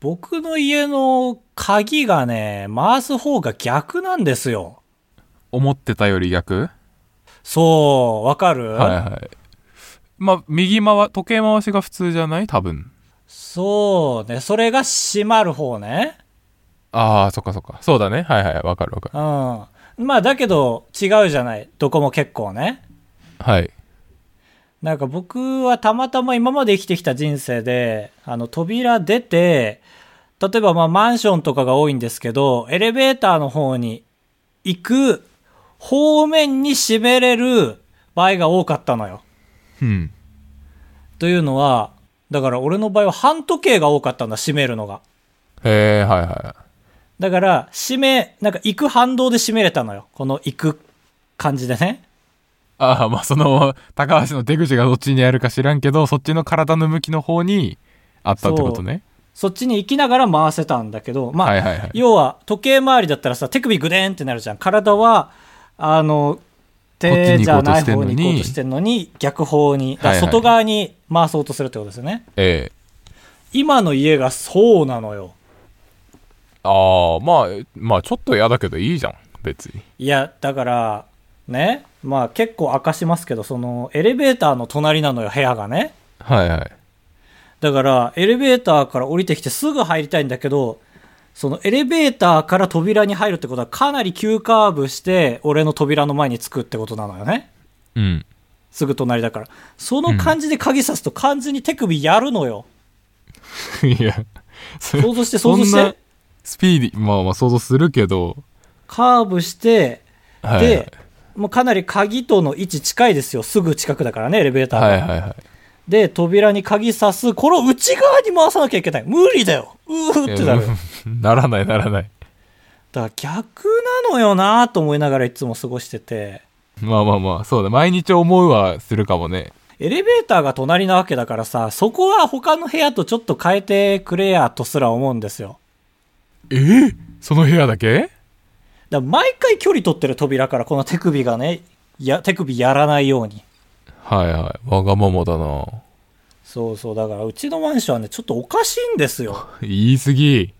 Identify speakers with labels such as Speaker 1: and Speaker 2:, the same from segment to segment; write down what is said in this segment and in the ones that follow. Speaker 1: 僕の家の鍵がね、回す方が逆なんですよ。
Speaker 2: 思ってたより逆
Speaker 1: そう、わかる、
Speaker 2: はいはい。まあ、右回、時計回しが普通じゃない多分。
Speaker 1: そうね、それが閉まる方ね。
Speaker 2: ああ、そっかそっか。そうだね。はいはい。わかるわかる。
Speaker 1: うん。まあ、だけど違うじゃない。どこも結構ね。
Speaker 2: はい。
Speaker 1: なんか僕はたまたま今まで生きてきた人生で、あの、扉出て、例えばまあマンションとかが多いんですけど、エレベーターの方に行く方面に閉めれる場合が多かったのよ。
Speaker 2: うん。
Speaker 1: というのは、だから俺の場合は半時計が多かったんだ、閉めるのが。
Speaker 2: へえ、はいは
Speaker 1: だから、閉め、なんか行く反動で閉めれたのよ。この行く感じでね。
Speaker 2: い。ああ、まあ、その、高橋の出口がどっちにあるか知らんけど、そっちの体の向きの方にあったってことね。
Speaker 1: そっちに行きながら回せたんだけど、まあ、
Speaker 2: はいはいはい
Speaker 1: 要は時計回りだったらさ、手首グデーンってなるじゃん。体は、あの、手じゃない方に行こうとしてるのに、逆方に、だから
Speaker 2: はいはい
Speaker 1: 外側に回そうとするってことですよね。
Speaker 2: ええ。
Speaker 1: 今の家がそうなのよ。
Speaker 2: ああ、まあ、まあ、ちょっと嫌だけどいいじゃん。別に。
Speaker 1: いや、だから、ね、まあ結構明かしますけど、その、エレベーターの隣なのよ、部屋がね。
Speaker 2: はいはい。
Speaker 1: だから、エレベーターから降りてきてすぐ入りたいんだけど、そのエレベーターから扉に入るってことはかなり急カーブして、俺の扉の前に着くってことなのよね。
Speaker 2: うん。
Speaker 1: すぐ隣だから。その感じで鍵さすと完全に手首やるのよ。
Speaker 2: いや、そ
Speaker 1: 想像して想像し
Speaker 2: そんな
Speaker 1: て。
Speaker 2: スピーディー、まあまあ想像するけど、
Speaker 1: カーブして、
Speaker 2: はいはい、
Speaker 1: で、もうかなり鍵との位置近いですよ。すぐ近くだからね、エレベーターが。
Speaker 2: はいはいはい。
Speaker 1: で、扉に鍵さす。これを内側に回さなきゃいけない。無理だよ。うーってなる。
Speaker 2: ならないならない。
Speaker 1: だから逆なのよなと思いながらいつも過ごしてて。
Speaker 2: まあまあまあ、そうだ。毎日思うはするかもね。
Speaker 1: エレベーターが隣なわけだからさ、そこは他の部屋とちょっと変えてくれやとすら思うんですよ。
Speaker 2: えその部屋だけ
Speaker 1: だから毎回距離取ってる扉からこの手首がね、や、手首やらないように。
Speaker 2: はいはい。わがままだな。
Speaker 1: そうそう、だからうちのマンションはね、ちょっとおかしいんですよ。
Speaker 2: 言い過ぎ。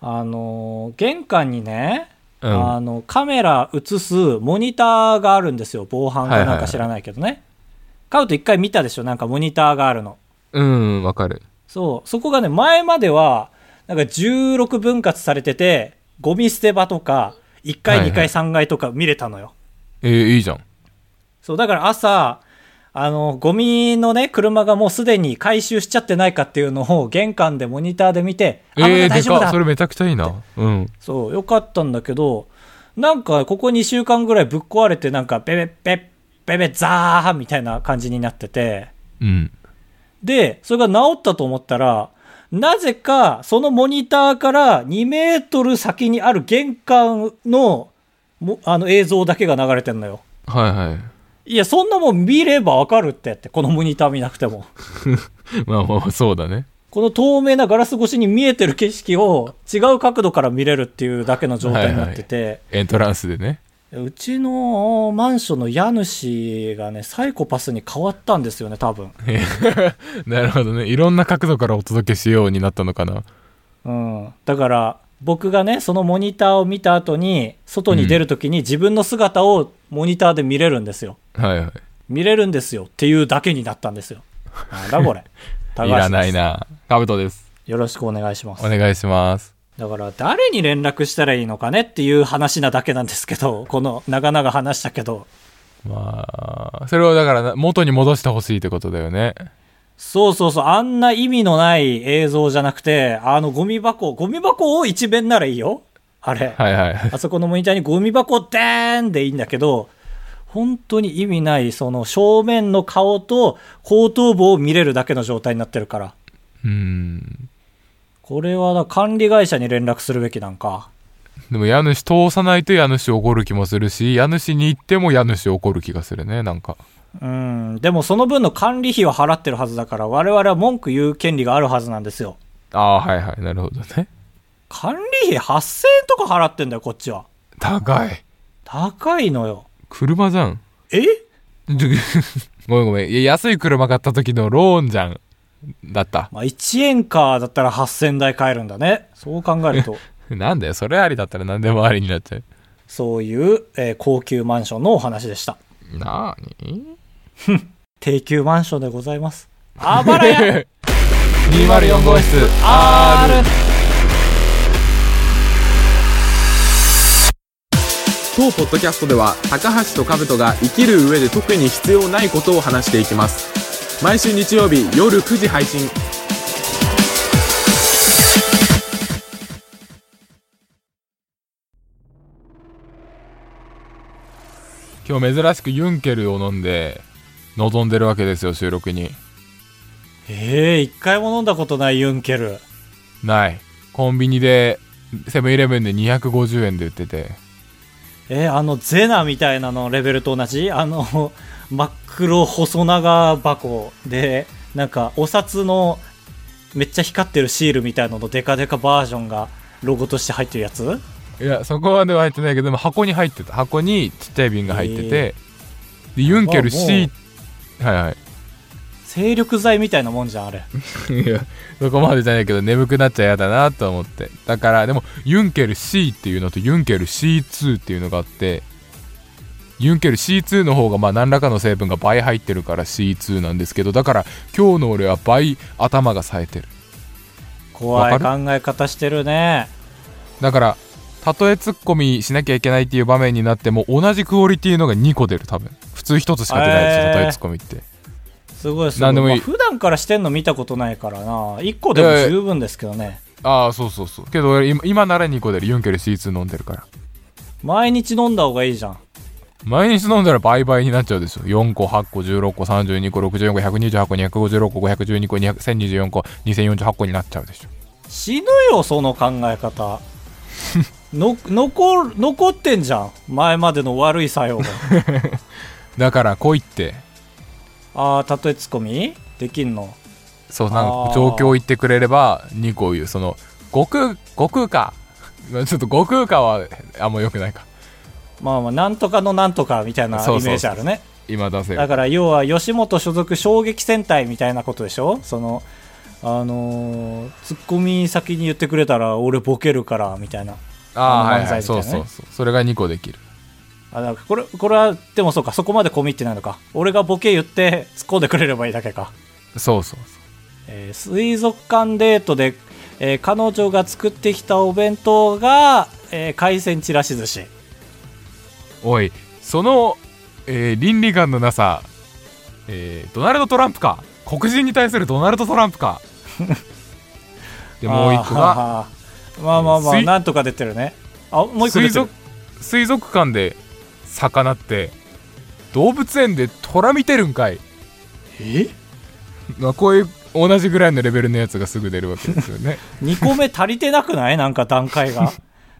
Speaker 1: あのー玄関にね、
Speaker 2: うん
Speaker 1: あの、カメラ映すモニターがあるんですよ。防犯かなんか知らないけどね。買うと一回見たでしょなんかモニターがあるの。
Speaker 2: うん、わかる。
Speaker 1: そう、そこがね、前までは、なんか16分割されてて、ゴミ捨て場とか、1階、
Speaker 2: はいはい
Speaker 1: 2階、3階とか見れたのよ。
Speaker 2: えー、いいじゃん。
Speaker 1: そう、だから朝、あの、ゴミのね、車がもうすでに回収しちゃってないかっていうのを玄関でモニターで見て、あ、ま
Speaker 2: え
Speaker 1: だ
Speaker 2: ー、
Speaker 1: 大
Speaker 2: で
Speaker 1: 丈夫
Speaker 2: か。
Speaker 1: だ
Speaker 2: それめちゃくちゃいいな。うん。
Speaker 1: そう、よかったんだけど、なんかここ2週間ぐらいぶっ壊れて、なんかベベベベベザーみたいな感じになってて、
Speaker 2: うん。
Speaker 1: で、それが治ったと思ったら、なぜかそのモニターから2メートル先にある玄関のもあの映像だけが流れてんのよ。
Speaker 2: はいはい。
Speaker 1: いや、そんなもん見ればわかるってって、このモニター見なくても。
Speaker 2: まあまあまあ、そうだね。
Speaker 1: この透明なガラス越しに見えてる景色を違う角度から見れるっていうだけの状態になってて、
Speaker 2: エントランスでね。
Speaker 1: うちのマンションの家主がね、サイコパスに変わったんですよね、多分。
Speaker 2: なるほどね。いろんな角度からお届けしようになったのかな。
Speaker 1: うん。だから、僕がね、そのモニターを見た後に、外に出るときに自分の姿をモニターで見れるんですよ。
Speaker 2: はいはい。
Speaker 1: 見れるんですよっていうだけになったんですよ。なんだこれ。高橋 で
Speaker 2: い
Speaker 1: す
Speaker 2: らない。な。カブトです。
Speaker 1: よろしくお願いしま
Speaker 2: お
Speaker 1: す。
Speaker 2: 願いします。
Speaker 1: だから、誰に連絡したらいいのかねっていう話なだけなんですけど、この、長々話したけど。
Speaker 2: まあ、それをだからな元に戻してほしいってことだよね。
Speaker 1: そうそうそう、あんな意味のない映像じゃなくて、あのゴミ箱、ゴミ箱を一面ならいいよ。あれ。
Speaker 2: はいはい。
Speaker 1: あそこのモニターにゴミ箱でーんでいいんだけど、本当に意味ない、その正面の顔と後頭部を見れるだけの状態になってるから。
Speaker 2: うん。
Speaker 1: これはだ管理会社に連絡するべきなんか。
Speaker 2: でも家主通さないと家主怒る気もするし、家主に行っても家主怒る気がするね、なんか。
Speaker 1: うん、でもその分の管理費は払ってるはずだから、我々は文句言う権利があるはずなんですよ。
Speaker 2: ああ、はいはい、なるほどね。
Speaker 1: 管理費8000円とか払ってんだよ、こっちは。
Speaker 2: 高い。
Speaker 1: 高いのよ。
Speaker 2: 車じゃん。
Speaker 1: え
Speaker 2: ちょごめんごめん。いや安い車買った時のローンじゃん。だった。
Speaker 1: まあ、1円かだったら8000台買えるんだね。そう考え ると、
Speaker 2: なんだよ、それありだったら何でもありになっちゃう。
Speaker 1: そういう、えー高級マンションのお話でした。
Speaker 2: なーに
Speaker 1: 低級マンションでございます。あばらや
Speaker 2: ?204 号室 R!
Speaker 1: R!
Speaker 3: 当ポッドキャストでは高橋と兜が生きる上で特に必要ないことを話していきます毎週日曜日夜9時配信
Speaker 2: 今日珍しくユンケルを飲んで、臨んでるわけですよ、収録に。
Speaker 1: ええ一回も飲んだことないユンケル。
Speaker 2: ない。コンビニで、セブンイレブンで250円で売ってて。
Speaker 1: えーあのゼナみたいなのレベルと同じあの真っ黒細長箱でなんかお札のめっちゃ光ってるシールみたいののデカデカバージョンがロゴとして入ってるやつ
Speaker 2: いや、そこまでは入ってないけど、でも箱に入ってた。箱にちっちゃい瓶が入ってて。で、ユンケ
Speaker 1: まあ
Speaker 2: ル C、はいはい。
Speaker 1: 精力剤みたいなもんじゃんあれ
Speaker 2: いや そこまでじゃないけど眠くなっちゃ嫌だなと思ってだからでもユンケル C っていうのとユンケル C2 っていうのがあってユンケル C2 の方がまあ何らかの成分が倍入ってるから C2 なんですけどだから今日の俺は倍頭が冴えてる
Speaker 1: 怖い
Speaker 2: わ
Speaker 1: 考
Speaker 2: か
Speaker 1: え方してるね
Speaker 2: だからたとえツッコミしなきゃいけないっていう場面になっても同じクオリティのが2個出る多分普通1つしか出ないです
Speaker 1: へ
Speaker 2: よ
Speaker 1: ー
Speaker 2: たとえツッコミって
Speaker 1: すごいすごい
Speaker 2: なんでもいい
Speaker 1: まあ普段からしてんの見たことないからな1個でも十分ですけどね
Speaker 2: ああそうそうそうけど俺今今なら2個出るユンケル C2 飲んでるから
Speaker 1: 毎日飲んだ方がいいじゃん
Speaker 2: 毎日飲んだら倍々になっちゃうですよ。4個、8個、16個、32個、64個、128個、256個、512個、200 1024個、2048個になっちゃうでしょ。
Speaker 1: 死ぬよその考え 方の残る残ってんじゃん前までの悪い作用 が
Speaker 2: だから来いって、
Speaker 1: ああたとえツッコミできんの
Speaker 2: そう、なん
Speaker 1: あ
Speaker 2: か
Speaker 1: ー
Speaker 2: 状況言ってくれれば2個言う。その、悟空、悟空か。 まあちょっと悟空かはあんま良くないか。
Speaker 1: まあまあなんとかのなんとかみたいなイ
Speaker 2: そうそうそう
Speaker 1: メージあるね
Speaker 2: 今出せ
Speaker 1: だ
Speaker 2: る。
Speaker 1: から要は吉本所属衝撃戦隊みたいなことでしょそのあのーツッコミ先に言ってくれたら俺ボケるからみたいな
Speaker 2: ああ、
Speaker 1: あ
Speaker 2: は
Speaker 1: の
Speaker 2: いはい、
Speaker 1: 漫才みたい
Speaker 2: そ
Speaker 1: な
Speaker 2: う
Speaker 1: ね
Speaker 2: そうそう。それが2個できる。
Speaker 1: あなんかこれこれはでもそうかそこまでコミってないのか俺がボケ言って突っ込んでくれればいいだけか
Speaker 2: そうそう
Speaker 1: えー水族館デートで、えー彼女が作ってきたお弁当が、えー海鮮ちらし寿司
Speaker 2: そう。おい、その、えー倫理観のなさ、えードナルド・トランプか。黒人に対するドナルド・トランプ か。で、もう一個が、
Speaker 1: あーまあまあまあ
Speaker 2: 水
Speaker 1: なんとか出てるねあもう一個出て
Speaker 2: 水
Speaker 1: る
Speaker 2: 族水族館で魚って動物園で虎見てるんかい、
Speaker 1: え
Speaker 2: まあ、こういう同じぐらいのレベルのやつがすぐ出るわけですよね
Speaker 1: 2個目足りてなくない なんか段階が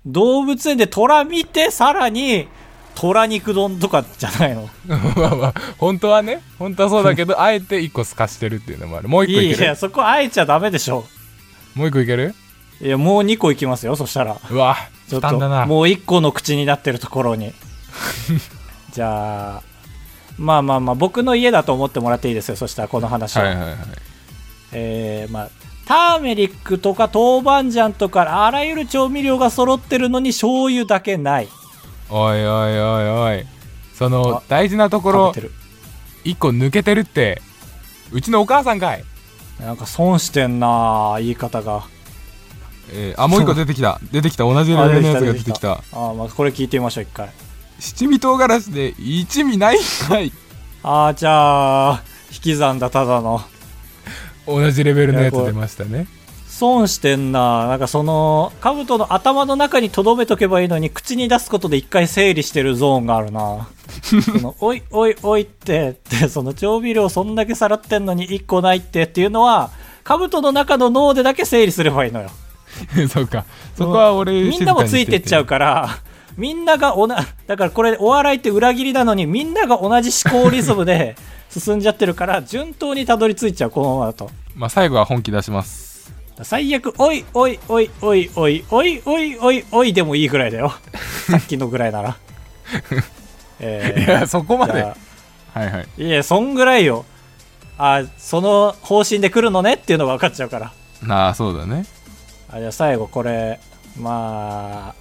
Speaker 1: 動物園で虎見てさらに虎肉丼とかじゃないの
Speaker 2: まあまあ本当はね本当はそうだ けどあえて1個すかしてるっていうのもあるもう1個
Speaker 1: い
Speaker 2: いける
Speaker 1: やそこあえちゃダメでしょ
Speaker 2: もう1個いける
Speaker 1: いやもう2個いきますよそしたら
Speaker 2: うわ
Speaker 1: ちょ
Speaker 2: 負
Speaker 1: っと
Speaker 2: 担だな
Speaker 1: もう一個の口になってるところ にじゃあまあまあまあ僕の家だと思ってもらっていいですよそしたらこの話は、
Speaker 2: はいはいはい
Speaker 1: えーまあターメリックとか豆板醤とかあらゆる調味料が揃ってるのに醤油だけない
Speaker 2: おいおいおいおいその
Speaker 1: あ
Speaker 2: 大事なと
Speaker 1: 食
Speaker 2: こ
Speaker 1: べ
Speaker 2: ろ
Speaker 1: てる
Speaker 2: 1個抜けてるってうちのお母さんかい、
Speaker 1: なんか損してんなあ言い方が
Speaker 2: えーあもう1個出てきた出てきた同じレベルのやつが出てきた
Speaker 1: あー、まあ、これ聞いてみましょう一回
Speaker 2: 七味唐辛子で一味ないんかい
Speaker 1: ああじゃあ引き算だただの
Speaker 2: 同じレベルのやつ出ましたね
Speaker 1: 損してんななんかその兜の頭の中に留めとけばいいのに口に出すことで一回整理してるゾーンがある なそのおいおいおいってってその調味料そんだけさらってんのに一個ないってっていうのは兜の中の脳でだけ整理すればいいのよ
Speaker 2: そうかそこは俺
Speaker 1: みんなもついてっちゃう
Speaker 2: か
Speaker 1: からみんながおなだからこれお笑いって裏切りなのにみんなが同じ思考リズムで進んじゃってるから順当にたどり着いちゃうこのままだと
Speaker 2: まあ最後は本気出します
Speaker 1: 最悪、おいおいおいおいおいおいおいおいおいでもいいぐらいだ よ。さっきのぐらいなら。え
Speaker 2: い
Speaker 1: ー
Speaker 2: やそこま
Speaker 1: じ
Speaker 2: で
Speaker 1: ゃ
Speaker 2: はいはい
Speaker 1: あいや、そんぐらいよ。あその方針で来るのねっていうのが分かっちゃうから
Speaker 2: ああそうだね
Speaker 1: あじゃあ最後これまあ、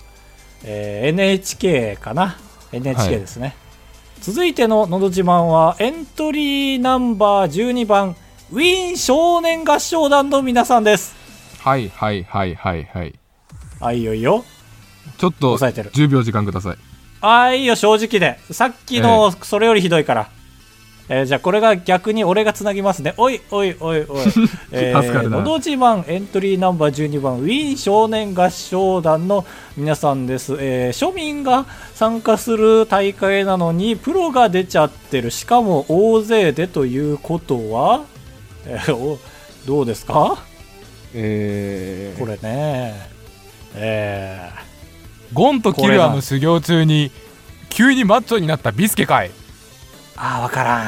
Speaker 1: えー NHK かな NHK ですね、続いての「のど自慢は」エントリーナンバー12番ウィーン少年合唱団の皆さんです
Speaker 2: はいはいはいはいはい
Speaker 1: あいいよいいよ
Speaker 2: ちょっと
Speaker 1: 抑えてる
Speaker 2: 10秒時間ください
Speaker 1: あいいよ正直でさっきのそれよりひどいから、えーじゃあこれが逆に俺がつなぎますねおいおい おいおい「え
Speaker 2: 助か
Speaker 1: ー
Speaker 2: るな
Speaker 1: のど自慢」エントリーナンバー12番ウィーン少年合唱団の皆さんです、えー庶民が参加する大会なのにプロが出ちゃってるしかも大勢でということは、えーおどうですか
Speaker 2: え
Speaker 1: これねえー
Speaker 2: ゴンとキルアの修行中に急にマッチョになったビスケかい
Speaker 1: ああ、わから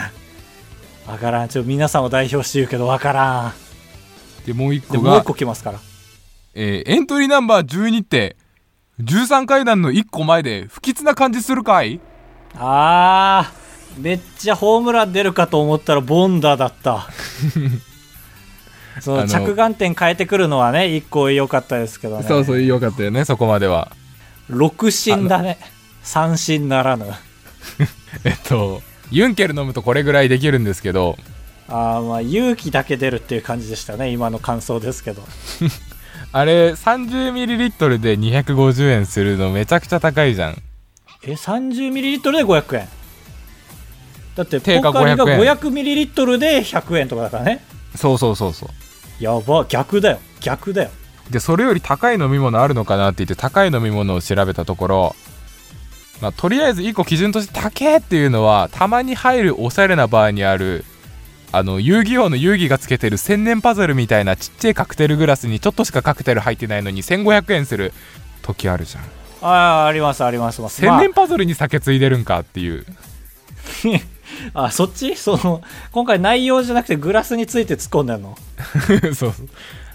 Speaker 1: ん。わからん。ちょ、皆さんを代表して言うけど、わからん。
Speaker 2: でもう一
Speaker 1: で
Speaker 2: 個
Speaker 1: も、もう一
Speaker 2: が
Speaker 1: 個来ますから。
Speaker 2: えーエントリーナンバー12って13階段の1個前で不吉な感じするかい
Speaker 1: あー、めっちゃホームラン出るかと思ったら、ボンダだ った。そ
Speaker 2: あ
Speaker 1: の
Speaker 2: の
Speaker 1: 着眼点変えてくるのはね、一個良かったですけどね。
Speaker 2: そうそうよかったよねそこまでは
Speaker 1: 六振だね。三振ならぬ。
Speaker 2: えっとユンケル飲むとこれぐらいできるんですけど
Speaker 1: あーまあ、勇気だけ出るっていう感じでしたね、今の感想ですけど。
Speaker 2: あれ 30ml で250円するのめちゃくちゃ高いじゃん
Speaker 1: え、30ml で500円。だって、ポ
Speaker 2: 定価
Speaker 1: ーカリが
Speaker 2: 500円
Speaker 1: 500ml で100円とかだからね。
Speaker 2: そうそうそうそう
Speaker 1: やば逆だよ逆だよ
Speaker 2: でそれより高い飲み物あるのかなって言って高い飲み物を調べたところ、まあ、とりあえず1個基準として「高え!」っていうのはたまに入るおしゃれなバーにあるあの遊戯王の遊戯がつけてる千年パズルみたいなちっちゃいカクテルグラスにちょっとしかカクテル入ってないのに1500円する時あるじゃん
Speaker 1: ああありますありますます
Speaker 2: 千年パズルに酒ついでるんかっていう、
Speaker 1: まあ、あそっち その今回内容じゃなくてグラスについて突っ込んでんの
Speaker 2: そうそう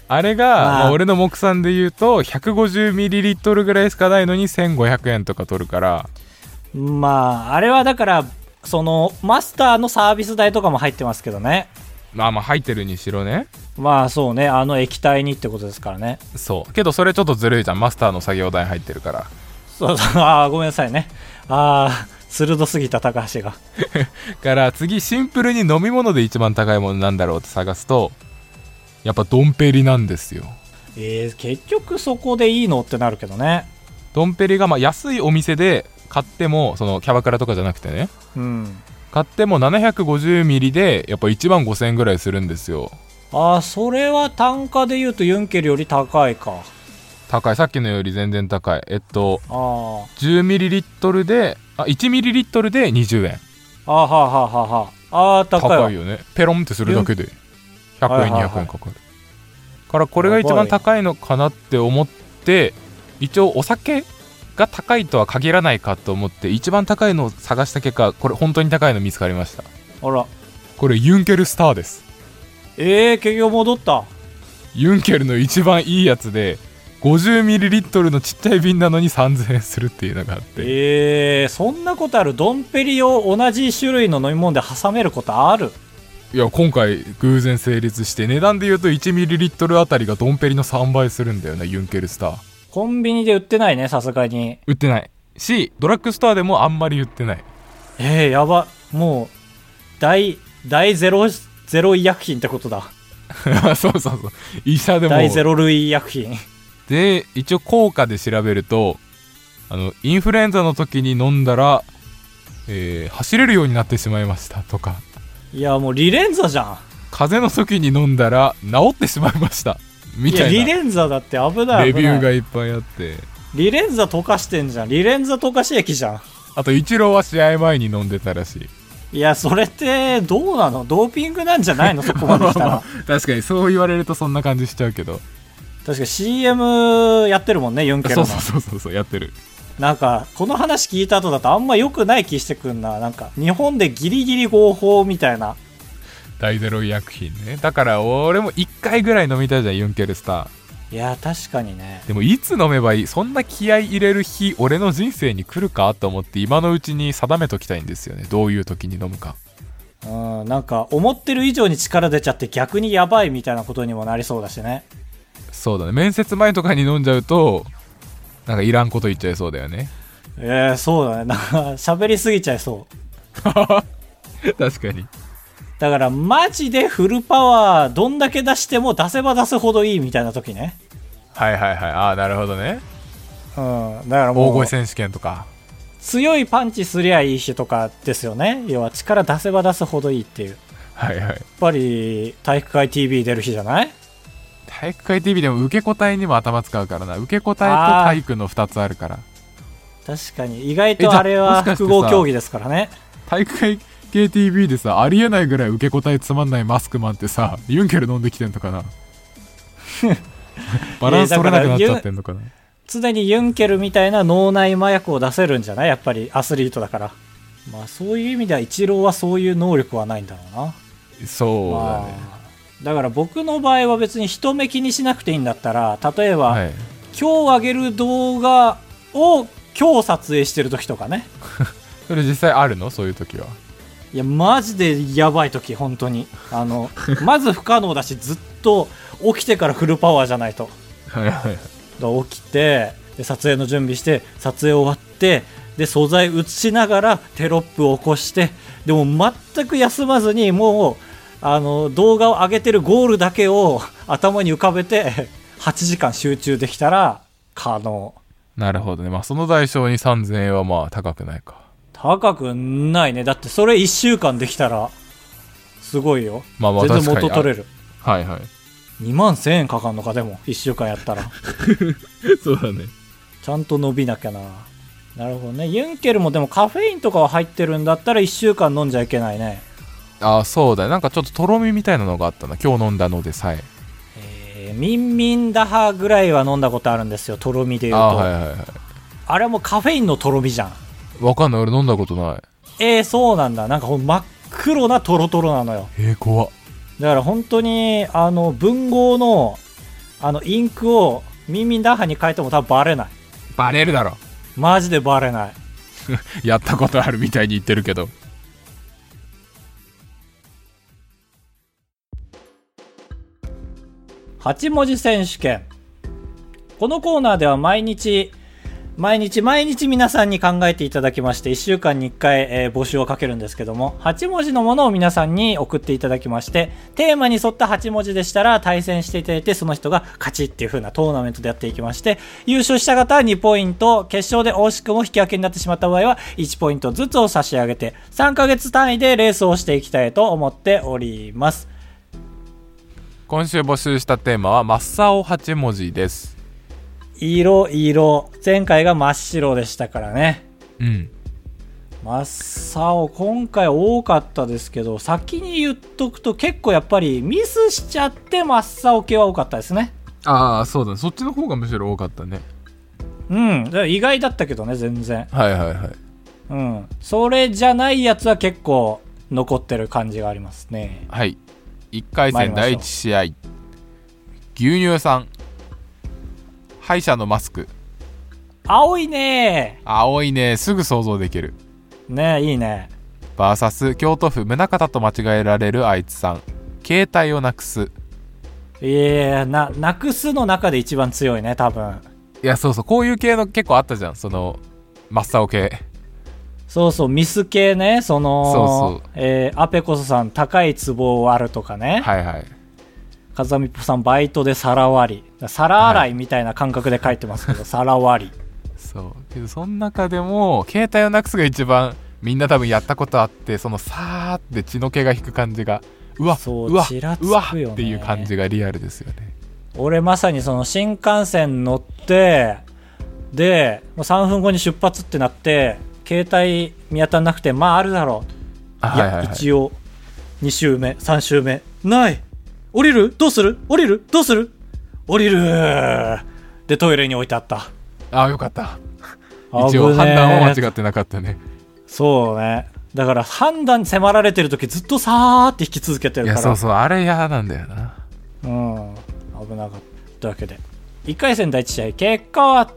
Speaker 2: あれが、
Speaker 1: あ
Speaker 2: まあ俺の目算で言うと 150ml ぐらいしかないのに1500円とか取るから
Speaker 1: まああれはだからそのマスターのサービス代とかも入ってますけどね
Speaker 2: まあまあ入ってるにしろね
Speaker 1: まあそうねあの液体にってことですからね
Speaker 2: そうけどそれちょっとずるいじゃんマスターの作業台入ってるから
Speaker 1: そう そうああごめんなさいねああ鋭すぎた高橋が
Speaker 2: から次シンプルに飲み物で一番高いものなんだろうって探すとやっぱドンペリなんですよ
Speaker 1: えー、結局そこでいいのってなるけどね
Speaker 2: ドンペリがまあ安いお店で買ってもそのキャバクラとかじゃなくてね
Speaker 1: うん
Speaker 2: 買っても750ミリでやっぱ1万5000円ぐらいするんですよ
Speaker 1: ああそれは単価で言うとユンケルより高いか
Speaker 2: 高いさっきのより全然高いえっと
Speaker 1: ああ
Speaker 2: 10ミリリットルであ1ミリリットルで20円
Speaker 1: あはあはあはあはああー高いわ
Speaker 2: 高いよねペロンってするだけで100
Speaker 1: はい
Speaker 2: 円
Speaker 1: はいはい
Speaker 2: 200円かかるからこれが一番高いのかなって思って一応お酒が高いとは限らないかと思って一番高いのを探した結果これ本当に高いの見つかりました
Speaker 1: あら
Speaker 2: これユンケルスターです
Speaker 1: ええー、結局戻った
Speaker 2: ユンケルの一番いいやつで50ミリリットルのちっちゃい瓶なのに3000円するっていうのがあって
Speaker 1: ええー、そんなことあるドンペリを同じ種類の飲み物で挟めることある
Speaker 2: いや今回偶然成立して値段で言うと1ミリリットルあたりがドンペリの3倍するんだよねユンケルスター
Speaker 1: コンビニで売ってないねさすがに
Speaker 2: 売ってないしドラッグストアでもあんまり売ってない
Speaker 1: ええー、やばもう大大ゼロゼロ医薬品ってことだ
Speaker 2: そうそうそう医者でも
Speaker 1: 大ゼロ類医薬品
Speaker 2: で一応効果で調べるとあのインフルエンザの時に飲んだら、えー走れるようになってしまいましたとか
Speaker 1: いやもうリレンザじゃん
Speaker 2: 風邪の時に飲んだら治ってしまいましたみ
Speaker 1: いや
Speaker 2: た
Speaker 1: リ
Speaker 2: いな
Speaker 1: レンザだって危ない
Speaker 2: レ
Speaker 1: 危な
Speaker 2: ビ
Speaker 1: い
Speaker 2: ューがいっぱいあって
Speaker 1: リレンザ溶かしてんじゃんリレンザ溶かし液じゃん
Speaker 2: あとイチローは試合前に飲んでたらしい
Speaker 1: いやそれってどうなのドーピングなんじゃないのそこまで来たら
Speaker 2: 確かにそう言われるとそんな感じしちゃうけど
Speaker 1: 確か CM やってるもんねユンケル
Speaker 2: そ
Speaker 1: の
Speaker 2: うそうそうそうそうやってる
Speaker 1: なんかこの話聞いた後だとあんま良くない気してくんななんか日本でギリギリ合法みたいな
Speaker 2: 大ゼロ医薬品ねだから俺も1回ぐらい飲みたいじゃんユンケルスター
Speaker 1: いや確かにね
Speaker 2: でもいつ飲めばいいそんな気合い入れる日俺の人生に来るかと思って今のうちに定めときたいんですよねどういう時に飲むか
Speaker 1: うん、なんか思ってる以上に力出ちゃって逆にやばいみたいなことにもなりそうだしね。
Speaker 2: そうだね面接前とかに飲んじゃうとなんかいらんこと言っちゃいそうだよね
Speaker 1: ええそうだね。なんか喋りすぎちゃいそう。
Speaker 2: 確かに
Speaker 1: だからマジでフルパワーどんだけ出しても出せば出すほどいいみたいな時ね。
Speaker 2: はいはいはいああなるほどね
Speaker 1: うん、だから
Speaker 2: 大
Speaker 1: もう
Speaker 2: 声選手権とか
Speaker 1: 強いパンチすりゃいいしとかですよね。要は力出せば出すほどいいっていう。やっ
Speaker 2: はいはい
Speaker 1: ぱり体育会 TV 出る日じゃない
Speaker 2: 体育会 TV でも受け答えにも頭使うからな受け答えと体育の2つあるから
Speaker 1: 確かに意外
Speaker 2: えじ
Speaker 1: と
Speaker 2: ゃあ
Speaker 1: あれ
Speaker 2: もし
Speaker 1: は
Speaker 2: かして
Speaker 1: 複
Speaker 2: さ
Speaker 1: 合競技ですからね
Speaker 2: 体育会系 TV でさありえないぐらい受け答えつまんないマスクマンってさユンケル飲んできてんのか なバランス取れなくなっちゃってんのかな
Speaker 1: 常にユンケルみたいな脳内麻薬を出せるんじゃないやっぱりアスリートだからまあそういう意味ではイチローはそういう能力はないんだろうな
Speaker 2: そうだ
Speaker 1: ま
Speaker 2: ね
Speaker 1: あだから僕の場合は別に人目気にしなくていいんだったら例えば、
Speaker 2: はい
Speaker 1: 今日あげる動画を今日撮影してる時とかね
Speaker 2: それ実際あるのそういう時はい
Speaker 1: やマジでやばい時本当にあの まず不可能だしずっと起きてからフルパワーじゃないと
Speaker 2: はいはい
Speaker 1: だから起きてで撮影の準備して撮影終わってで素材映しながらテロップを起こしてでも全く休まずにもうあの動画を上げてるゴールだけを頭に浮かべて8時間集中できたら可能
Speaker 2: なるほどねまあその代償に3000円はまあ高くないか
Speaker 1: 高くないねだってそれ1週間できたらすごいよ
Speaker 2: まあまあ
Speaker 1: 全然
Speaker 2: 確かに
Speaker 1: 元取れる
Speaker 2: はいはい
Speaker 1: 2万1000円かかんのかでも1週間やったら
Speaker 2: そうだね
Speaker 1: ちゃんと伸びなきゃな。なるほどね。ユンケルもでもカフェインとかは入ってるんだったら1週間飲んじゃいけないね。
Speaker 2: ああそうだねなんかちょっととろみみたいなのがあったな今日飲んだのでさえ
Speaker 1: えー、ミンミンダハぐらいは飲んだことあるんですよ。とろみで言うと。
Speaker 2: あ
Speaker 1: あ,、
Speaker 2: ーはいはいは
Speaker 1: れはもうカフェインのとろみじゃん。
Speaker 2: いわかんない俺飲んだことない
Speaker 1: えー、そうなんだ。なんかほん真っ黒なとろとろなのよ。
Speaker 2: えー、怖っ
Speaker 1: だから本当に、あの、文豪の、あの、インクをミンミンダハに変えても多分バレない。
Speaker 2: バレるだろ
Speaker 1: マジでバレない。
Speaker 2: やったことあるみたいに言ってるけど
Speaker 1: 8文字選手権このコーナーでは毎日毎日毎日皆さんに考えていただきまして1週間に1回、えー募集をかけるんですけども8文字のものを皆さんに送っていただきましてテーマに沿った8文字でしたら対戦していただいてその人が勝ちっていう風なトーナメントでやっていきまして優勝した方は2ポイント決勝で惜しくも引き分けになってしまった場合は1ポイントずつを差し上げて3ヶ月単位でレースをしていきたいと思っております
Speaker 2: 今週募集したテーマは「マッサオ8文字」です
Speaker 1: 色色前回が真っ白でしたからね
Speaker 2: うん
Speaker 1: 真っ青今回多かったですけど先に言っとくと結構やっぱりミスしちゃって真っ青系は多かったですね
Speaker 2: ああそうだねそっちの方がむしろ多かったね
Speaker 1: うんだから意外だったけどね全然
Speaker 2: はいはいはい
Speaker 1: うんそれじゃないやつは結構残ってる感じがありますね
Speaker 2: はい1回
Speaker 1: 参り
Speaker 2: 戦
Speaker 1: ましょう
Speaker 2: 第1試合牛乳さん歯医者のマスク
Speaker 1: 青いね
Speaker 2: 青いねすぐ想像できる
Speaker 1: ねいいね
Speaker 2: VS 京都府宗像と間違えられるあいつさん携帯をなくす
Speaker 1: いやななくすの中で一番強いね多分
Speaker 2: いやそうそうこういう系の結構あったじゃんその真っ青系
Speaker 1: そうそうミス系ねその
Speaker 2: そうそう
Speaker 1: えーアペコソさん高い壺をあるとかね、
Speaker 2: はいはい
Speaker 1: 風見ぽさんバイトで皿割り皿洗いみたいな感覚で書いてますけど、皿割り
Speaker 2: そうけどその中でも携帯をなくすが一番みんな多分やったことあってそのさーって血の気が引く感じがうわ
Speaker 1: そう
Speaker 2: わ
Speaker 1: ちらつくよ
Speaker 2: う
Speaker 1: ね
Speaker 2: わっていう感じがリアルですよね
Speaker 1: 俺まさにその新幹線乗ってでもう3分後に出発ってなって携帯見当たんなくてまああるだろう、
Speaker 2: あはいはいはい
Speaker 1: 一応2周目3周目ない降りるどうする降りるどうする降りるでトイレに置いてあった
Speaker 2: ああよかった一応判断は間違ってなかったね
Speaker 1: そうねだから判断迫られてる時ずっとさーって引き続けて
Speaker 2: い
Speaker 1: るか
Speaker 2: や
Speaker 1: ら
Speaker 2: そうそうあれ嫌なんだよな
Speaker 1: うん、危なかったというわけで1回戦第1試合結果は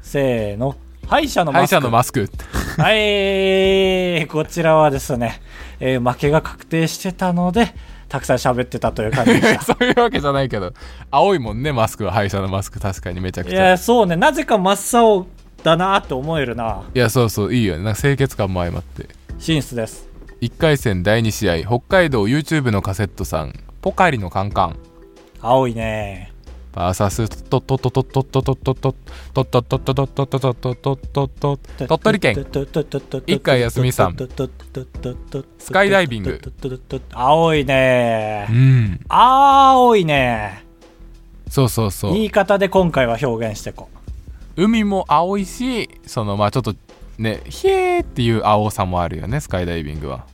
Speaker 1: せーの敗者の
Speaker 2: 歯
Speaker 1: マ
Speaker 2: 医
Speaker 1: ス
Speaker 2: 者
Speaker 1: ク
Speaker 2: のマスク
Speaker 1: はい、こちらはですね、えー負けが確定してたので、たくさん喋ってたという感じでした。
Speaker 2: そういうわけじゃないけど青いもんねマスクは歯医者のマスク確かにめちゃく
Speaker 1: い
Speaker 2: ちゃ
Speaker 1: や、
Speaker 2: い
Speaker 1: そうね、なぜか真っ青だなって思えるな。
Speaker 2: やそうそういいよねなんか清潔感も相まって
Speaker 1: 進出です。
Speaker 2: 1回戦第2試合北海道 YouTube のカセットさんポカリのカンカン
Speaker 1: 青いね。
Speaker 2: バーサストトトトトトトトトトトトトトトトトトトトト鳥取県。一回休みさん。
Speaker 1: ス
Speaker 2: カイダイビング。
Speaker 1: 青いうね。
Speaker 2: ん
Speaker 1: 青いね。
Speaker 2: そうそうそう
Speaker 1: 言い方で今回は表現してこう。
Speaker 2: 海も青いしそのまあちょっとねヒエーっていう青さもあるよねスカイダイビングは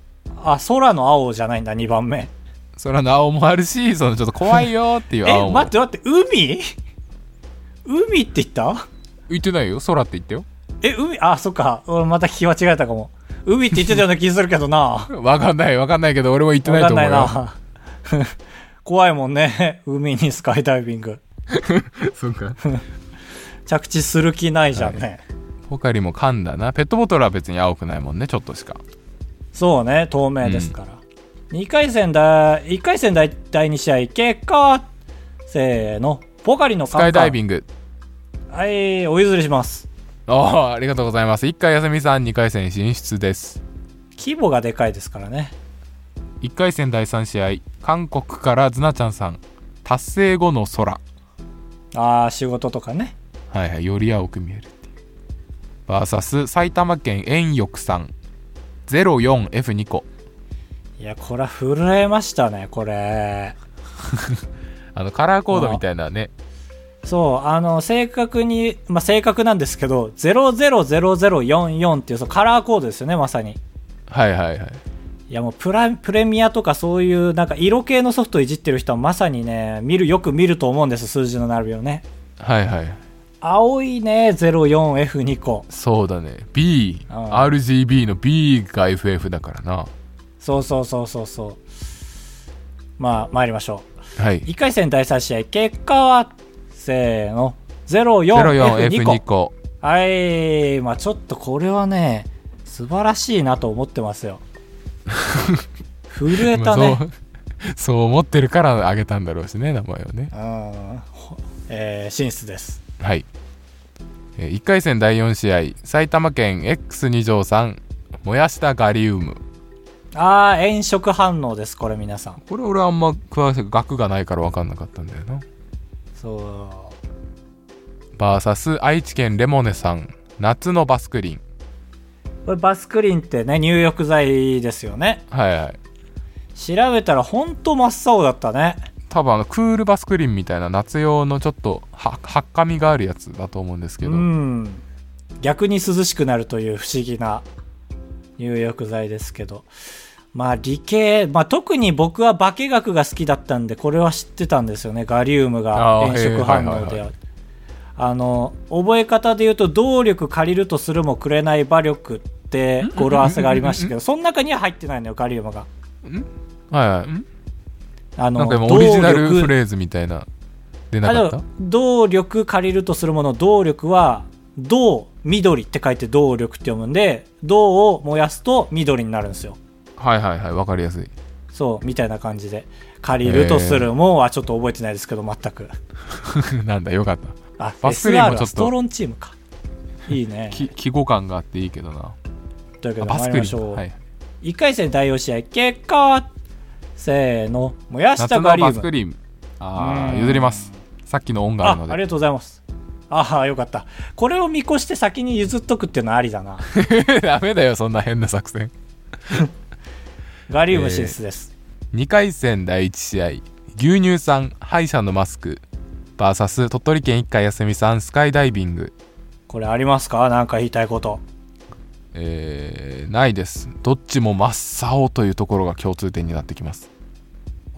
Speaker 1: あ、空の青じゃないんだ、2番目。
Speaker 2: 空の青もあるしそのちょっと怖いよっていう青
Speaker 1: え、
Speaker 2: も
Speaker 1: 待って待って、海海って言った
Speaker 2: 浮いてないよ空って言ったよ
Speaker 1: え、海、あ、そっか。俺また聞き間違えたかも。海って言ってたような気するけどな。
Speaker 2: わかんないわかんないけど俺も言ってない
Speaker 1: わか
Speaker 2: と
Speaker 1: ん
Speaker 2: 思
Speaker 1: な
Speaker 2: う
Speaker 1: い
Speaker 2: よ
Speaker 1: な。 怖いもんね。海にスカイダイビング。
Speaker 2: そうか
Speaker 1: 着地する気ないじゃんね。
Speaker 2: ポカリも缶だなペットボトルは別に青くないもんねちょっとしか
Speaker 1: そうね、透明ですから。2回戦だ、1回戦だい第2試合、結果は、せーの、ポカリの
Speaker 2: スカイダイビ
Speaker 1: ン
Speaker 2: ング
Speaker 1: グ。はい、お譲りします。
Speaker 2: おーありがとうございます1回休みさん2回戦進出です
Speaker 1: 規模がでかいですからね。
Speaker 2: 1回戦第3試合韓国からズナちゃんさん達成後の空
Speaker 1: ああ、仕事とかね。
Speaker 2: はいはいより青く見えるっていうバーサス埼玉県遠翼さん 04F2 個
Speaker 1: いや、これは震えましたね、これ。
Speaker 2: あのカラーコードみたいなね
Speaker 1: そう、あの、正確に、まあ、正確なんですけど、000044っていう、そのカラーコードですよね、まさに。
Speaker 2: はいはいはい
Speaker 1: いやもうプラプレミアとかそういうなんか色系のソフトいじってる人はまさにね見るよく見ると思うんです数字の並びをね
Speaker 2: はいはい
Speaker 1: 青いね 04F2 個
Speaker 2: そうだね B
Speaker 1: うん
Speaker 2: RGB の B が FF だからな
Speaker 1: そうそうそうそうそうまあ参りましょ
Speaker 2: はい
Speaker 1: う1回戦第3試合結果はせーの 04F2 個
Speaker 2: 04F2 個
Speaker 1: はいまあちょっとこれはね素晴らしいなと思ってます よ震えたね
Speaker 2: まあそう そう思ってるからあげたんだろうしね名前をね
Speaker 1: うんほえー、進出です
Speaker 2: はい、え1回戦第4試合埼玉県 X2 条さん燃やしたガリウム
Speaker 1: ああ炎色反応ですこれ皆さん
Speaker 2: これ俺あんま詳しく額がないから分かんなかったんだよな
Speaker 1: そ
Speaker 2: バーサス愛知県レモネさん夏のバスクリン
Speaker 1: うこれバスクリンってね入浴剤ですよね
Speaker 2: はいはい
Speaker 1: 調べたらほんと真っ青だったね
Speaker 2: 多分あのクールバスクリンみたいな夏用のちょっとははっかみがあるやつだと思うんですけど、
Speaker 1: うん逆に涼しくなるという不思議な入浴剤ですけどまあ理系、まあ、特に僕は化学が好きだったんでこれは知ってたんですよねガリウムが
Speaker 2: あー
Speaker 1: 炎色反応
Speaker 2: へーはいはい
Speaker 1: で
Speaker 2: は
Speaker 1: あの覚え方で言うと動力借りるとするもくれない馬力って語呂合わせがありましたけどその中には入ってないのよガリウムが。
Speaker 2: はいはい
Speaker 1: あの
Speaker 2: なんか今オリジナル
Speaker 1: 動
Speaker 2: フ
Speaker 1: 力
Speaker 2: レーズみたいな出なかっ
Speaker 1: あ
Speaker 2: た
Speaker 1: の動力借りるとするもの動力は銅緑って書いて動力って読むんで銅を燃やすと緑になるんですよ
Speaker 2: はいはいはい分かりやすい
Speaker 1: そうみたいな感じで借りるとするもんはちょっと覚えてないですけど全く
Speaker 2: なんだよかった
Speaker 1: あ
Speaker 2: バスクリン
Speaker 1: SR
Speaker 2: もちょっと
Speaker 1: はストロンチームかいいね
Speaker 2: き記号感があっていいけどな
Speaker 1: というわけで
Speaker 2: あバス
Speaker 1: 参
Speaker 2: ク
Speaker 1: りま
Speaker 2: リ
Speaker 1: しょ
Speaker 2: ーム
Speaker 1: う、
Speaker 2: はい
Speaker 1: 1回戦第4試合結果はせーの燃やし
Speaker 2: 夏
Speaker 1: た
Speaker 2: の
Speaker 1: ガリウ
Speaker 2: バス
Speaker 1: ム
Speaker 2: クリームああ
Speaker 1: うん
Speaker 2: 譲りますさっきの音があ
Speaker 1: あ
Speaker 2: るの
Speaker 1: あり
Speaker 2: で
Speaker 1: がとうございますああよかったこれを見越して先に譲っとくっていうのはありだ な
Speaker 2: ダメだよそんな変な作戦
Speaker 1: ガリウム進出です、
Speaker 2: 2回戦第1試合牛乳さん歯医者のマスク VS 鳥取県一回休みさんスカイダイビング
Speaker 1: これありますかなんか言いたいこと
Speaker 2: えー、ないですどっちも真っ青というところが共通点になってきます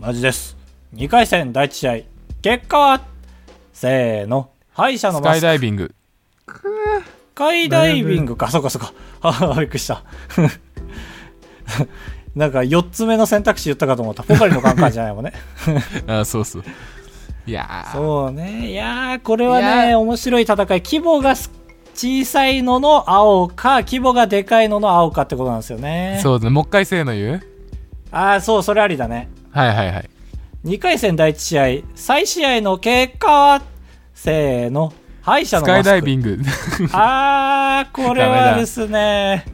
Speaker 1: 同じです2回戦第1試合結果はせーの歯医者の
Speaker 2: ス
Speaker 1: マ
Speaker 2: カ
Speaker 1: ス
Speaker 2: イ
Speaker 1: ク
Speaker 2: ダイビ ング
Speaker 1: スカイダイビングかそうかそうか ああびっくりしたなんか4つ目の選択肢言ったかと思ったポカリのカンカンじゃないもん ね
Speaker 2: あーそうそういやー
Speaker 1: そうねいやーこれはね
Speaker 2: いや
Speaker 1: 面白い戦い規模がす小さいのの青か、規模がでかいのの青かってことなんですよね。
Speaker 2: そうですねもう一回せーの言う
Speaker 1: ああ、そう、それありだね。
Speaker 2: はいはいはい
Speaker 1: 2回戦第1試合、再試合の結果は、せーの、敗者
Speaker 2: ス
Speaker 1: のマス
Speaker 2: カ
Speaker 1: ク。
Speaker 2: イダイビング
Speaker 1: あー、これ
Speaker 2: ダメ
Speaker 1: は
Speaker 2: だ
Speaker 1: ですね、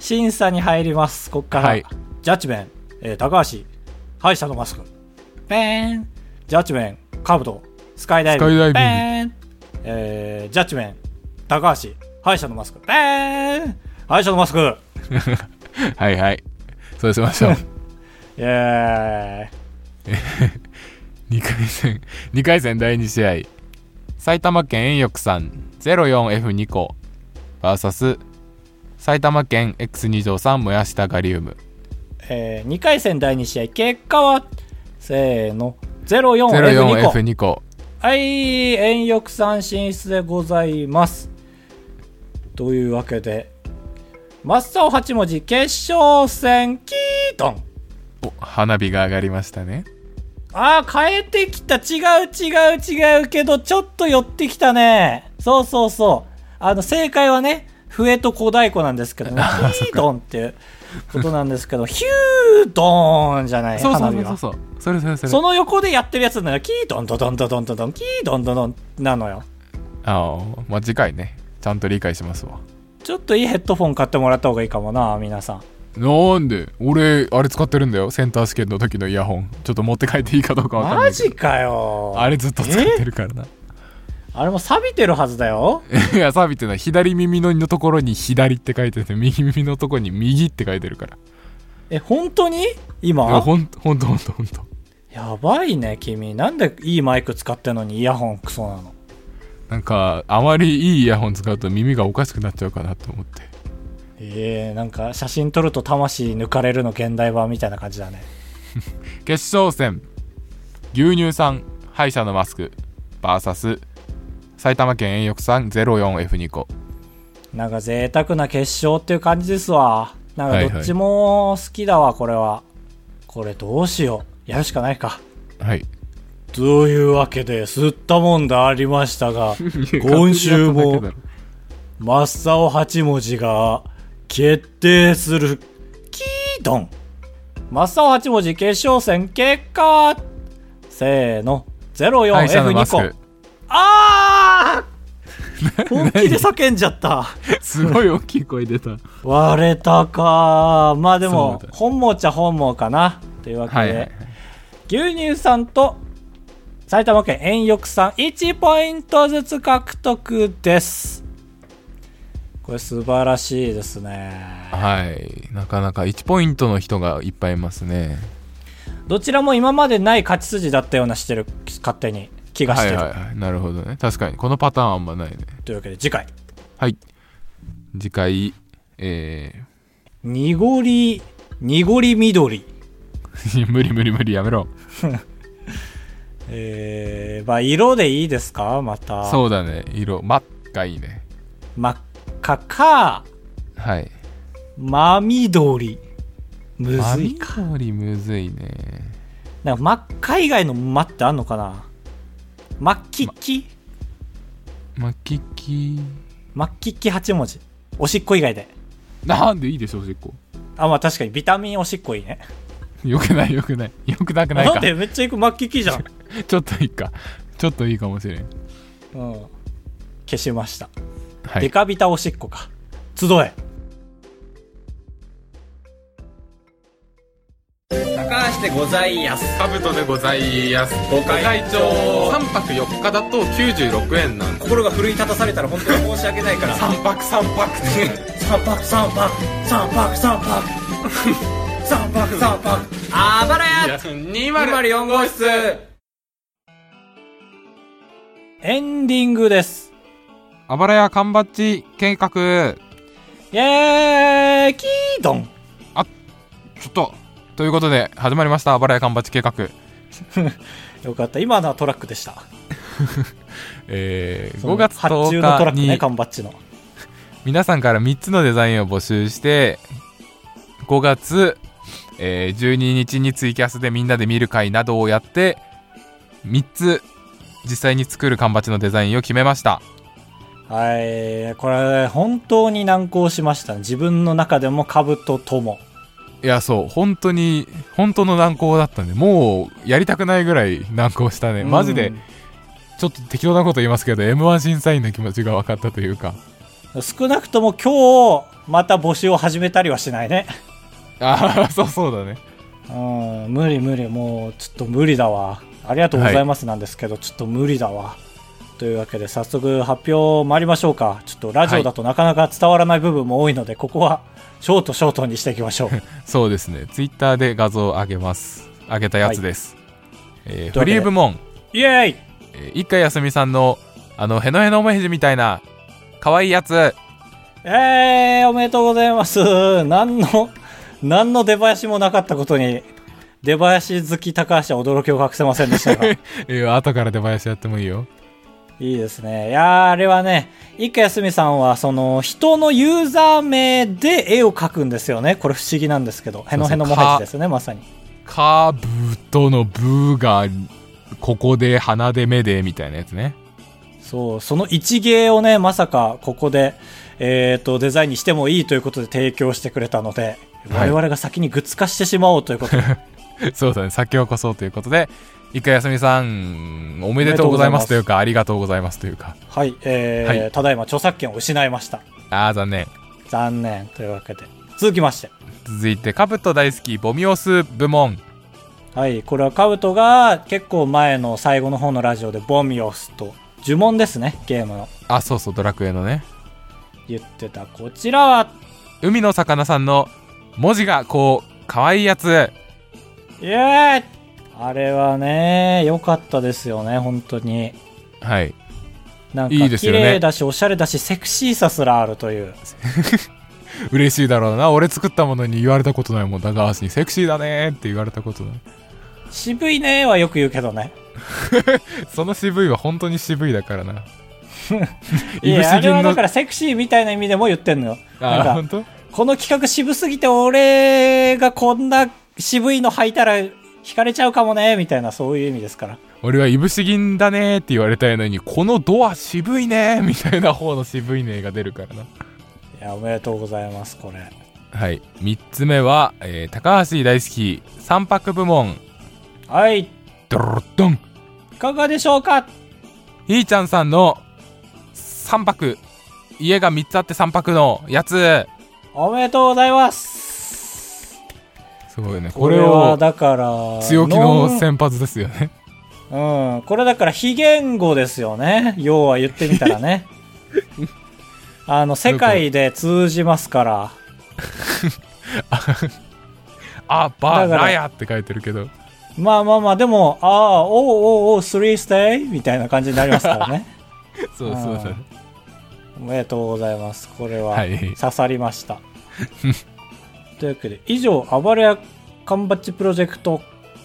Speaker 1: 審査に入ります、こっから。
Speaker 2: はい
Speaker 1: ジャッジメン、えー高橋、敗者のマスク、ペーン、ジャッジメン、カブト、スカイダイビング、
Speaker 2: スカイ
Speaker 1: ペ
Speaker 2: ダ
Speaker 1: ーン、えージャッジメン、高橋、敗者のマスク、ペーン、敗者のマスク、
Speaker 2: はいはいそうしましょう
Speaker 1: イエーイ。
Speaker 2: 2回戦2回戦第2試合埼玉県円翼さん 04F2 個 VS 埼玉県 X2 乗さん燃やしたガリウム
Speaker 1: え2回戦第2試合、結果は、せーの、04F2 個。
Speaker 2: 04F2 個
Speaker 1: はい、遠翼さん進出でございます。というわけで、真っ青8文字決勝戦、キートン
Speaker 2: お花火が上がりましたね
Speaker 1: ああ、変えてきた。違う違う違うけど、ちょっと寄ってきたね。そうそうそう。あの、正解はね、笛と小太鼓なんですけ どね、キートンっていうことなんですけど、ヒュードンじゃない、
Speaker 2: そうそ
Speaker 1: 花
Speaker 2: う
Speaker 1: 火
Speaker 2: そう
Speaker 1: は
Speaker 2: そう。そうそれそれそれ
Speaker 1: その横でやってるやつなのよ。キードンドドンドドンドドン、キードンドドンなのよ。
Speaker 2: ああまあ次回ねちゃんと理解しますわ
Speaker 1: ちょっといいヘッドフォン買ってもらった方がいいかもな、皆さん。
Speaker 2: なんで俺あれ使ってるんだよセンター試験の時のイヤホンちょっと持って帰っていいかどうかわかんな
Speaker 1: マ
Speaker 2: いけど
Speaker 1: ジかよ。
Speaker 2: あれずっと使ってるからな
Speaker 1: あれも錆びてるはずだよ。
Speaker 2: いや、サビってのは左耳のところに左って書いてて、右耳のところに右って書いてるから。
Speaker 1: え、本当に
Speaker 2: いや
Speaker 1: 今
Speaker 2: ほんほんとほんとほんと。
Speaker 1: やばいね、君。なんでいいマイク使ってんのにイヤホンクソなの
Speaker 2: なんか、あまりいいイヤホン使うと耳がおかしくなっちゃうかなと思って。
Speaker 1: えー、なんか写真撮ると魂抜かれるの現代版みたいな感じだね。
Speaker 2: 決勝戦、牛乳さん、歯医者のマスク、VS、埼玉県遠翼さん 04F2 個。
Speaker 1: なんか贅沢な決勝っていう感じですわ。なん
Speaker 2: はい
Speaker 1: か
Speaker 2: はい
Speaker 1: どっちも好きだわ、これは。これどうしよう。やるしかないか。
Speaker 2: はい。
Speaker 1: というわけで、吸ったもんだありました が、今週も。真っ青8文字が決定するキードン真っ青8文字決勝戦結果はせーの
Speaker 2: 歯医者のマス
Speaker 1: 04F2
Speaker 2: ク
Speaker 1: 個。あー本気で叫んじゃった
Speaker 2: すごい大きい声出た。
Speaker 1: 割れたかまあでも
Speaker 2: そうだ
Speaker 1: 本望っちゃ本望かなというわけで、
Speaker 2: はいはい。
Speaker 1: 牛乳さんと埼玉県遠翼さん1ポイントずつ獲得ですこれ素晴らしいですね
Speaker 2: はい。なかなか1ポイントの人がいっぱいいますね。
Speaker 1: どちらも今までない勝ち筋だったようなしてる勝手に気がしてる、
Speaker 2: はいはいはいなるほどね確かにこのパターンはあんまないね
Speaker 1: というわけで次回
Speaker 2: はい次回え
Speaker 1: 濁り濁り緑
Speaker 2: ー、 無理無理無理やめろ
Speaker 1: えー、まあ色でいいですかまた
Speaker 2: そうだね色真っ赤いいね
Speaker 1: 真っ赤か
Speaker 2: はい
Speaker 1: 真緑むずいか
Speaker 2: 真緑むずいね
Speaker 1: なんか真っ赤以外の真ってあんのかな真っきっき
Speaker 2: まきき
Speaker 1: 真っきっき8文字おしっこ以外で
Speaker 2: なんでいいでしょおしっこ
Speaker 1: あまあ確かにビタミンおしっこいいね
Speaker 2: よくないよくないよくなくない
Speaker 1: なん
Speaker 2: か
Speaker 1: でめっちゃいく真っきっきじゃん、
Speaker 2: ちょっといいかちょっといいかもしれん
Speaker 1: うん、消しました、
Speaker 2: は
Speaker 1: デ
Speaker 2: い
Speaker 1: カビタおしっこか集え
Speaker 3: 高橋でございやす
Speaker 4: カブトでございますご
Speaker 3: 会長
Speaker 4: 3泊4日だと96円なんです
Speaker 3: 心が奮い立たされたら本当に申し訳ない から
Speaker 4: 3泊3泊って
Speaker 3: 三泊三泊三泊三泊 三泊三泊あばらや204号室
Speaker 1: エンディングです
Speaker 2: あばらや缶バッジ計画
Speaker 1: イエーイキードン
Speaker 2: ちょっとということで始まりましたあばらや缶バッジ計画
Speaker 1: よかった今のはトラックでした
Speaker 2: えー、
Speaker 1: その
Speaker 2: 5月
Speaker 1: 発注のトラッ
Speaker 2: 10日
Speaker 1: クね
Speaker 2: に
Speaker 1: 缶バッジの
Speaker 2: 皆さんから3つのデザインを募集して5月、えー12日にツイキャスでみんなで見る会などをやって3つ実際に作る缶バッジのデザインを決めました
Speaker 1: はい、これ本当に難航しましたね。自分の中でも株ととも。
Speaker 2: いやそう本当に本当の難航だったねもうやりたくないぐらい難航したねマジでちょっと適当なこと言いますけど m 1審査員の気持ちが分かったというか
Speaker 1: うん。少なくとも今日、また募集を始めたりはしないね。
Speaker 2: ああそうそうだね
Speaker 1: うん、無理無理、もうちょっと無理だわ。ありがとうございますなんですけど、ちょっと無理だわ。というわけで早速発表参りましょうか。ちょっとラジオだとなかなか伝わらない部分も多いので、ここはショートショートにしていきましょう。
Speaker 2: そうですねツイッターで画像を上げます上げたやつです、えー
Speaker 1: というわけで
Speaker 2: フリー部門、
Speaker 1: イエーイ
Speaker 2: えー一回休みさんのあのヘノヘノもへじみたいな可愛いやつ
Speaker 1: えー、おめでとうございます。 何の、何の出囃子もなかったことに、出囃子好き高橋は驚きを隠せませんでした が、い
Speaker 2: えー後から出囃子やってもいいよ
Speaker 1: いですね。いやー、あれはね、一家すみさんは、その、人のユーザー名で絵を描くんですよね。これ不思議なんですけど、へのへのもはじですね、まさに。
Speaker 2: カブとのブーがここで鼻で目でみたいなやつね
Speaker 1: そう、その一芸をね、まさかここで、えっ、と、デザインにしてもいいということで提供してくれたので、
Speaker 2: は
Speaker 1: 我
Speaker 2: い
Speaker 1: 々が先にグッズ化してしまおうという ことで、
Speaker 2: そうだね、先を越そうということで、一回休みさん、おめでとうございますというか、ありがとうございますというか、
Speaker 1: はい、えー
Speaker 2: はい
Speaker 1: ただいま著作権を失いました。
Speaker 2: あー残念。
Speaker 1: 残念というわけで続きまして
Speaker 2: 続いて、カブト大好き、ボミオス部門。
Speaker 1: はいこれはカブトが結構前の最後の方のラジオでボミオスと呪文ですねゲームの
Speaker 2: あ、そうそう、ドラクエのね。
Speaker 1: 言ってたこちらは
Speaker 2: 海の魚さんの文字がこう、可愛いやつ。
Speaker 1: イエーイあれはね良かったですよね本当に
Speaker 2: はい。
Speaker 1: なんか
Speaker 2: いいです
Speaker 1: 綺
Speaker 2: よね
Speaker 1: 麗だしおしゃれだしセクシーさすらあるという
Speaker 2: 嬉しいだろうな。俺作ったものに言われたことないもん。高橋にセクシーだねーって言われたことない。
Speaker 1: 渋いねはよく言うけどね
Speaker 2: その渋いは本当に渋いだからな。
Speaker 1: い
Speaker 2: いぶ
Speaker 1: やあれ
Speaker 2: し銀
Speaker 1: は
Speaker 2: の
Speaker 1: だか、らセクシーみたいな意味でも言ってんのよ
Speaker 2: あー、
Speaker 1: なんか
Speaker 2: 本当
Speaker 1: この企画渋すぎて俺がこんな渋いの履いたら惹かれちゃうかもねみたいなそういう意味ですから
Speaker 2: 俺はいぶし銀だねーって言われたいのにこのドア渋いねーみたいな方の渋いねーが出るからない
Speaker 1: やおめでとうございますこれ
Speaker 2: はい3つ目は、えー高橋大好き三泊部門
Speaker 1: はいい
Speaker 2: ドロッドン
Speaker 1: かがでしょうか
Speaker 2: ひーちゃんさんの三泊家が3つあって三泊のやつ
Speaker 1: おめでとうございます
Speaker 2: すごいねこ
Speaker 1: こ
Speaker 2: れ
Speaker 1: れは
Speaker 2: を
Speaker 1: だから
Speaker 2: 強気
Speaker 1: ノ
Speaker 2: の
Speaker 1: ン
Speaker 2: 先発ですよね
Speaker 1: うんこれだから非言語ですよね要は言ってみたらね あの世界で通じますから
Speaker 2: あバ
Speaker 1: だから
Speaker 2: ラヤって書いてるけど
Speaker 1: まあまあまあでもああおうおうおうスリーステイみたいな感じになりますからね
Speaker 2: そうそうだね
Speaker 1: おめでとうございます。これは
Speaker 2: はい
Speaker 1: 刺さりました。 というわけで、以上、暴れや缶バッチプロジェクト、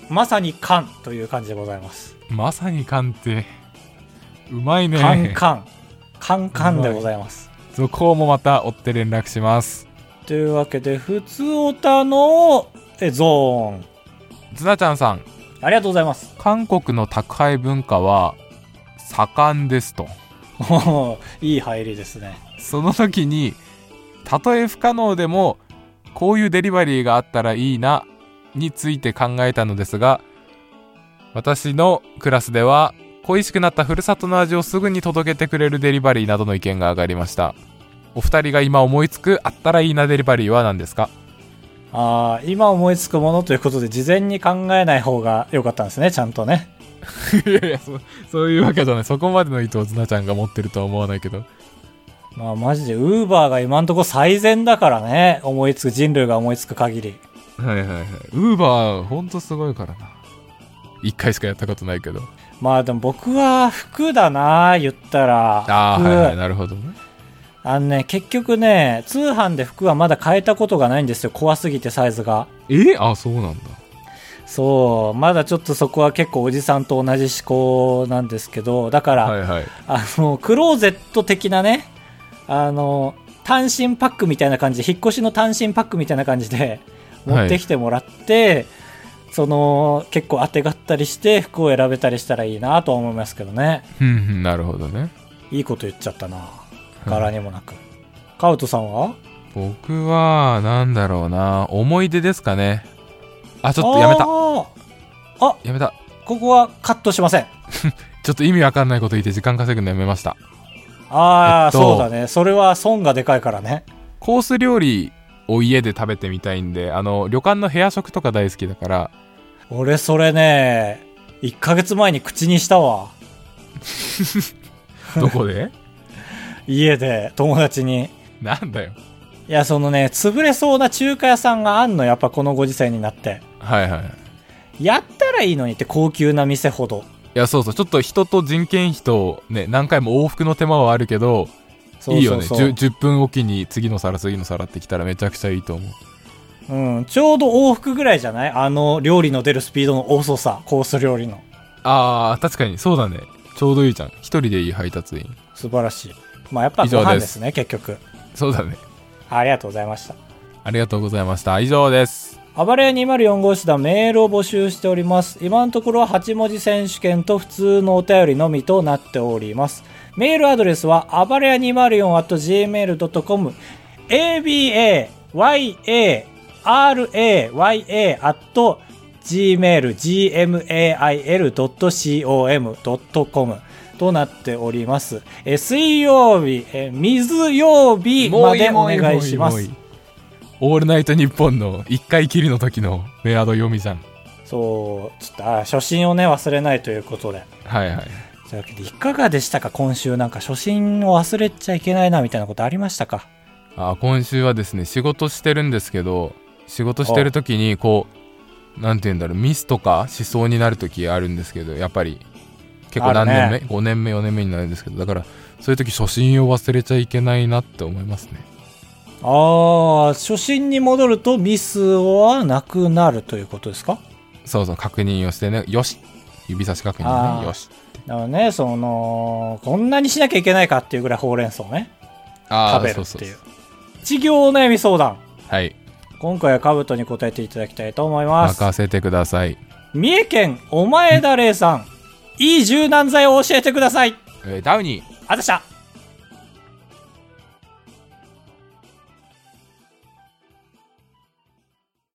Speaker 1: まさに缶という感じでございます。
Speaker 2: まさに鑑定うまいね
Speaker 1: 缶缶。缶缶でございます。
Speaker 2: 続報もまた追って連絡します
Speaker 1: というわけで、普通オタのえゾーン。
Speaker 2: つなちゃんさん
Speaker 1: ありがとうございます。
Speaker 2: 韓国の宅配文化は盛んですと
Speaker 1: おーいい入りですね。
Speaker 2: その時にたとえ不可能でもこういうデリバリーがあったらいいなについて考えたのですが私のクラスでは恋しくなったふるさとの味をすぐに届けてくれるデリバリーなどの意見が上がりましたお二人が今思いつくあったらいいなデリバリーは何ですか
Speaker 1: ああ、今思いつくものということで、事前に考えない方が良かったんですね、ちゃんとね。
Speaker 2: いやいやそそういうわけじゃないそこまでの意図をズナちゃんが持ってるとは思わないけど
Speaker 1: まあマジで、ウーバーが今んとこ最善だからね。思いつく、人類が思いつく限り。
Speaker 2: はいはいはい。ウーバー、ほんとすごいからな。一回しかやったことないけど。
Speaker 1: まあでも僕は服だな、言ったら。
Speaker 2: ああ、
Speaker 1: 服
Speaker 2: はいはい、なるほどね。
Speaker 1: あのね、結局ね、通販で服はまだ変えたことがないんですよ。怖すぎてサイズが。
Speaker 2: えあそうなんだ。
Speaker 1: そう、まだちょっとそこは結構おじさんと同じ思考なんですけど、だから、
Speaker 2: はいはい。
Speaker 1: あの、クローゼット的なね、あの、単身パックみたいな感じで、引っ越しの単身パックみたいな感じで
Speaker 2: はい
Speaker 1: 持ってきてもらって、その、結構当てがったりして、服を選べたりしたらいいなとは思いますけどね。
Speaker 2: ふんふん、なるほどね。
Speaker 1: いいこと言っちゃったな。柄にもなく。カウトさんは
Speaker 2: 僕は、なんだろうな、思い出ですかね。あ、ちょっとやめた。
Speaker 1: た。あ、
Speaker 2: やめた。
Speaker 1: ここはカットしません。
Speaker 2: ちょっと意味わかんないこと言って時間稼ぐのやめました。
Speaker 1: ああ、
Speaker 2: えっと
Speaker 1: そうだね。それは損がでかいからね。
Speaker 2: コース料理を家で食べてみたいんで、あの、旅館の部屋食とか大好きだ から、
Speaker 1: 俺それね、1ヶ月前に口にしたわ。
Speaker 2: どこで
Speaker 1: 家で友達に。
Speaker 2: なんだよ。
Speaker 1: いや、そのね、潰れそうな中華屋さんがあんの、やっぱこのご時世になって。
Speaker 2: はいはい。い
Speaker 1: やったらいいのにって高級な店ほど。
Speaker 2: や、そうそう、ちょっと人と人件費とね、何回も往復の手間はあるけど、
Speaker 1: そう
Speaker 2: いい
Speaker 1: そ
Speaker 2: よ
Speaker 1: う
Speaker 2: ね
Speaker 1: そう
Speaker 2: 10。10分おきに次の皿、次の皿ってきたらめちゃくちゃいいと思う。
Speaker 1: うん、ちょうど往復ぐらいじゃないあの料理の出るスピードの遅さ、コース料理の。
Speaker 2: あー、確かに、そうだね。ちょうどいいじゃん。一人でいい配達員。
Speaker 1: 素晴らしい。まあやっぱ
Speaker 2: 以
Speaker 1: ご
Speaker 2: 上
Speaker 1: 飯
Speaker 2: です
Speaker 1: ですね、結局。
Speaker 2: そうだね。
Speaker 1: ありがとうございました。
Speaker 2: ありがとうございました。以上です。
Speaker 1: 暴れ屋204号室ではメールを募集しております。今のところは8文字選手権と普通のお便りのみとなっております。メールアドレスは、暴れ屋 204.gmail.com、abayaraya.gmail.com となっております。えー水曜日、えー水曜日までお願いしま
Speaker 2: もうい
Speaker 1: す
Speaker 2: い。オールナイトニッポンの1回きりの時のメアド読みじゃん。
Speaker 1: そう、ちょっと、あ、初心をね、忘れないということで。
Speaker 2: はいはい。
Speaker 1: というわけで、いかがでしたか今週なんか初心を忘れちゃいけないな、みたいなことありましたか
Speaker 2: あ今週はですね仕事してるんですけど仕事してる時にこうなんて言うんだろうミスとかしそうになる時あるんですけどやっぱり結構
Speaker 1: あるね
Speaker 2: 何年目、5年目4年目になるんですけどだからそういう時初心を忘れちゃいけないなって思いますね
Speaker 1: ああ、初心に戻るとミスはなくなるということですか
Speaker 2: そうそう確認をしてねよし指差し確認
Speaker 1: あー
Speaker 2: ねよし
Speaker 1: だからね、その、こんなにしなきゃいけないかっていうぐらいほうれん草をね、
Speaker 2: あ
Speaker 1: 食
Speaker 2: ー
Speaker 1: べる
Speaker 2: そ
Speaker 1: っ
Speaker 2: う
Speaker 1: てい。
Speaker 2: そう
Speaker 1: 一行お悩み相談。
Speaker 2: うはい
Speaker 1: 今回はカブトに答えていただきたいと思います。
Speaker 2: 任せてください
Speaker 1: 三重県お前だれさん、いい柔軟剤を教えてください。
Speaker 2: えーダウニー
Speaker 1: あざした。